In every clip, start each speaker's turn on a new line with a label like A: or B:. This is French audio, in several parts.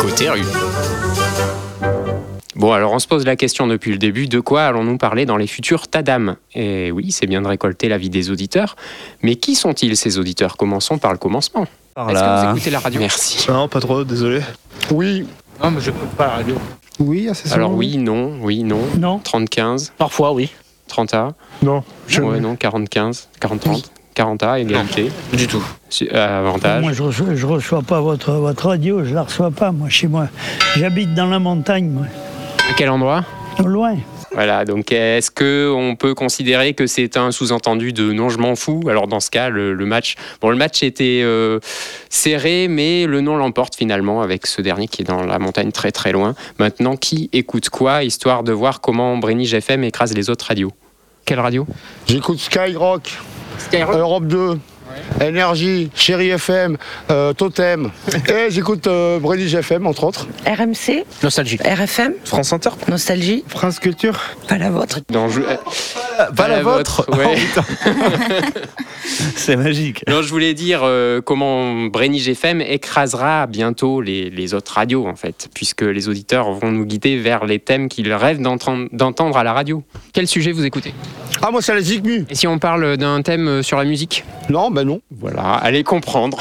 A: Côté rue.
B: Bon, alors on se pose la question depuis le début, de quoi allons-nous parler dans les futurs Tadam Et oui, c'est bien de récolter l'avis des auditeurs, mais qui sont-ils ces auditeurs Commençons par le commencement.
C: Par
B: Est-ce que vous
C: là.
B: écoutez la radio Merci.
D: Non, pas trop, désolé.
E: Oui,
F: Non, mais je coupe pas la radio.
E: oui, assez
B: Alors oui, non, oui, non,
F: Non,
B: 30-15,
F: parfois oui.
B: 30A,
E: Non, je...
B: ouais, non, 40-15, 40-30, 40A, égalité,
C: Du tout.
B: su- euh, avantage.
G: Moi, je reçois, je reçois pas votre, votre radio, je la reçois pas, moi, chez moi. J'habite dans la montagne, moi,
B: À quel endroit
G: loin.
B: Voilà, donc est-ce que on peut considérer que c'est un sous-entendu de non je m'en fous Alors dans ce cas, le, le match, bon le match était euh, serré, mais le non l'emporte finalement avec ce dernier qui est dans la montagne très très loin. Maintenant, qui écoute quoi, histoire de voir comment Brénige FM écrase les autres radios Quelle radio
E: j'écoute Skyrock,
B: Skyrock.
E: Europe 2, Énergie, Chéri FM, euh, Totem. Et j'écoute euh, British FM, entre autres.
H: RMC,
C: Nostalgie.
H: RFM,
C: France Inter.
H: Nostalgie,
D: France Culture
H: pas la vôtre.
B: Dans je- euh,
C: Pas,
B: la vôtre, ouais.
C: C'est magique.
B: Non, je voulais dire euh, comment Brénige FM écrasera bientôt les, les autres radios, en fait, puisque les auditeurs vont nous guider vers les thèmes qu'ils rêvent d'entendre d'entendre à la radio. Quel sujet vous écoutez
E: Ah, moi, c'est la Zigmu.
B: Et si on parle d'un thème euh, sur la musique
E: Non, ben non.
B: Voilà, allez comprendre.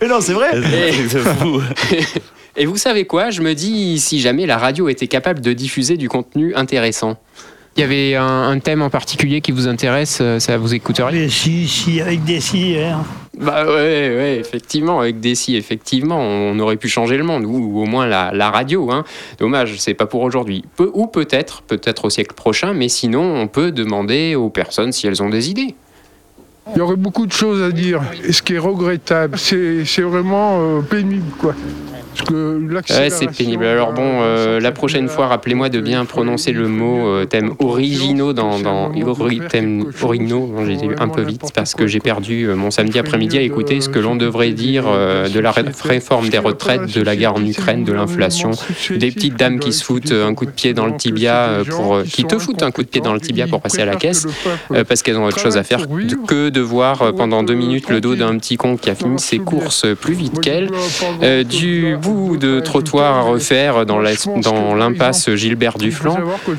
C: Mais non, c'est vrai. C'est fou.
B: Et vous savez quoi Je me dis, si jamais la radio était capable de diffuser du contenu intéressant. Il y avait un, un thème en particulier qui vous intéresse, euh, ça vous écouterait
G: Mais si, si, avec des si, hein.
B: Bah ouais, ouais, effectivement, avec Dessy, effectivement, on aurait pu changer le monde, ou, ou au moins la, la radio. Hein. Dommage, c'est pas pour aujourd'hui. Peu- ou peut-être, peut-être au siècle prochain, mais sinon, on peut demander aux personnes si elles ont des idées.
I: Il y aurait beaucoup de choses à dire. Et ce qui est regrettable, c'est c'est vraiment euh, pénible, quoi. Parce que
B: Ouais,
I: l'accélération,
B: c'est pénible. Alors bon, euh, la prochaine fois, rappelez-moi de bien prononcer le mot euh, thème originaux dans, dans ori- thème originaux. Bon, J'ai été un peu vite parce que j'ai perdu euh, mon samedi après-midi à écouter ce que l'on devrait dire euh, de la ré- réforme des retraites, de la guerre en Ukraine, de l'inflation, des petites dames qui se foutent euh, un coup de pied dans le tibia euh, pour euh, qui te foutent un coup de pied dans le tibia pour passer à la caisse euh, parce qu'elles ont autre chose à faire que de voir euh, pendant deux minutes le dos d'un petit con qui a fini ses courses plus vite qu'elle. Euh, du bout de trottoir à refaire dans la- dans l'impasse Gilbert Duflan,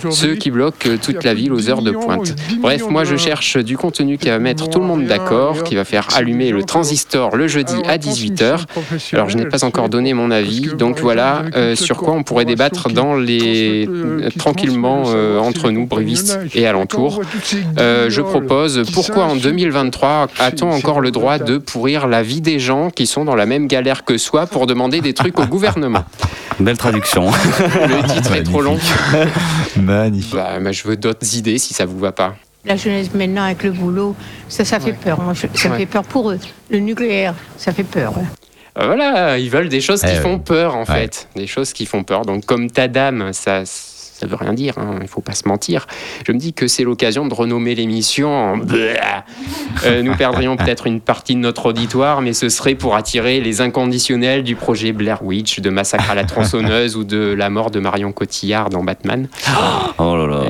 B: ceux qui bloquent euh, toute la ville aux heures de pointe. Bref, moi je cherche du contenu qui va mettre tout le monde d'accord, qui va faire allumer le transistor le jeudi à 18h. Alors je n'ai pas encore donné mon avis, donc voilà euh, sur quoi on pourrait débattre dans les euh, tranquillement euh, entre nous, brivistes et alentours. Euh, je propose pourquoi en 2023 a-t-on
I: c'est
B: encore le droit de
I: redoutable.
B: pourrir la vie des gens qui sont dans la même galère que soi pour demander des trucs au gouvernement
C: Belle traduction.
B: Le titre est trop long.
D: Magnifique.
B: Bah, bah, je veux d'autres idées si ça vous va pas.
J: La jeunesse maintenant avec le boulot, ça, ça fait peur. hein. Je- Ça
B: Ouais.
J: fait peur pour eux. Le nucléaire, ça fait peur. hein.
B: Euh, Voilà, ils veulent des choses qui
D: Eh oui.
B: font peur en fait, des choses qui font peur. Donc comme ta dame, ça ça veut rien dire, hein, il faut pas se mentir. Je me dis que c'est l'occasion de renommer l'émission en Bleh Euh, nous perdrions peut-être une partie de notre auditoire, mais ce serait pour attirer les inconditionnels du projet Blair Witch, de Massacre à la tronçonneuse ou de la mort de Marion Cotillard dans Batman.
C: Oh là là.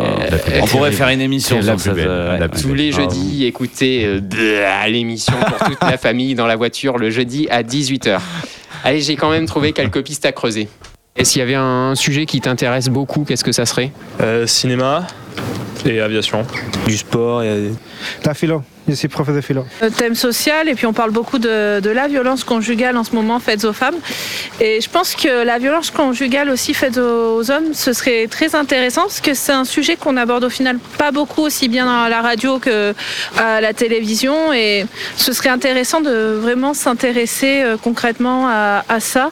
C: On pourrait faire une émission
D: la
C: sur
D: plus
C: cette,
D: belle,
C: euh,
D: la
C: ouais.
D: plus
B: Tous les
C: Ah,
B: jeudis, écoutez euh, Bleh l'émission pour toute la famille dans la voiture le jeudi à 18h. Allez, j'ai quand même trouvé quelques pistes à creuser. Et s'il y avait un sujet qui t'intéresse beaucoup, qu'est-ce que ça serait
D: Euh,
C: cinéma et aviation. Du sport et
D: La philo, je suis prof de philo.
K: Euh, thème social et puis on parle beaucoup de, de la violence conjugale en ce moment faite aux femmes et je pense que la violence conjugale aussi faite aux hommes ce serait très intéressant parce que c'est un sujet qu'on aborde au final pas beaucoup aussi bien à la radio que à la télévision et ce serait intéressant de vraiment s'intéresser euh, concrètement à, à ça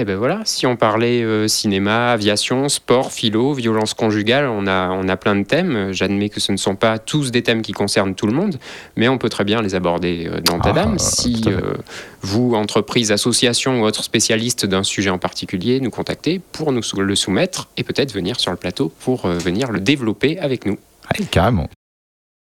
B: Eh ben voilà, si on parlait euh, cinéma, aviation, sport, philo, violence conjugale, on a, on a plein de thèmes. J'admets que ce ne sont pas tous des thèmes qui concernent tout le monde, mais on peut très bien les aborder euh, dans
D: Ah,
B: Tadam.
D: euh,
B: si
D: tout à fait.
B: euh, vous, entreprise, association ou autre spécialiste d'un sujet en particulier, nous contactez pour nous sou- le soumettre et peut-être venir sur le plateau pour euh, venir le développer avec nous.
D: carrément.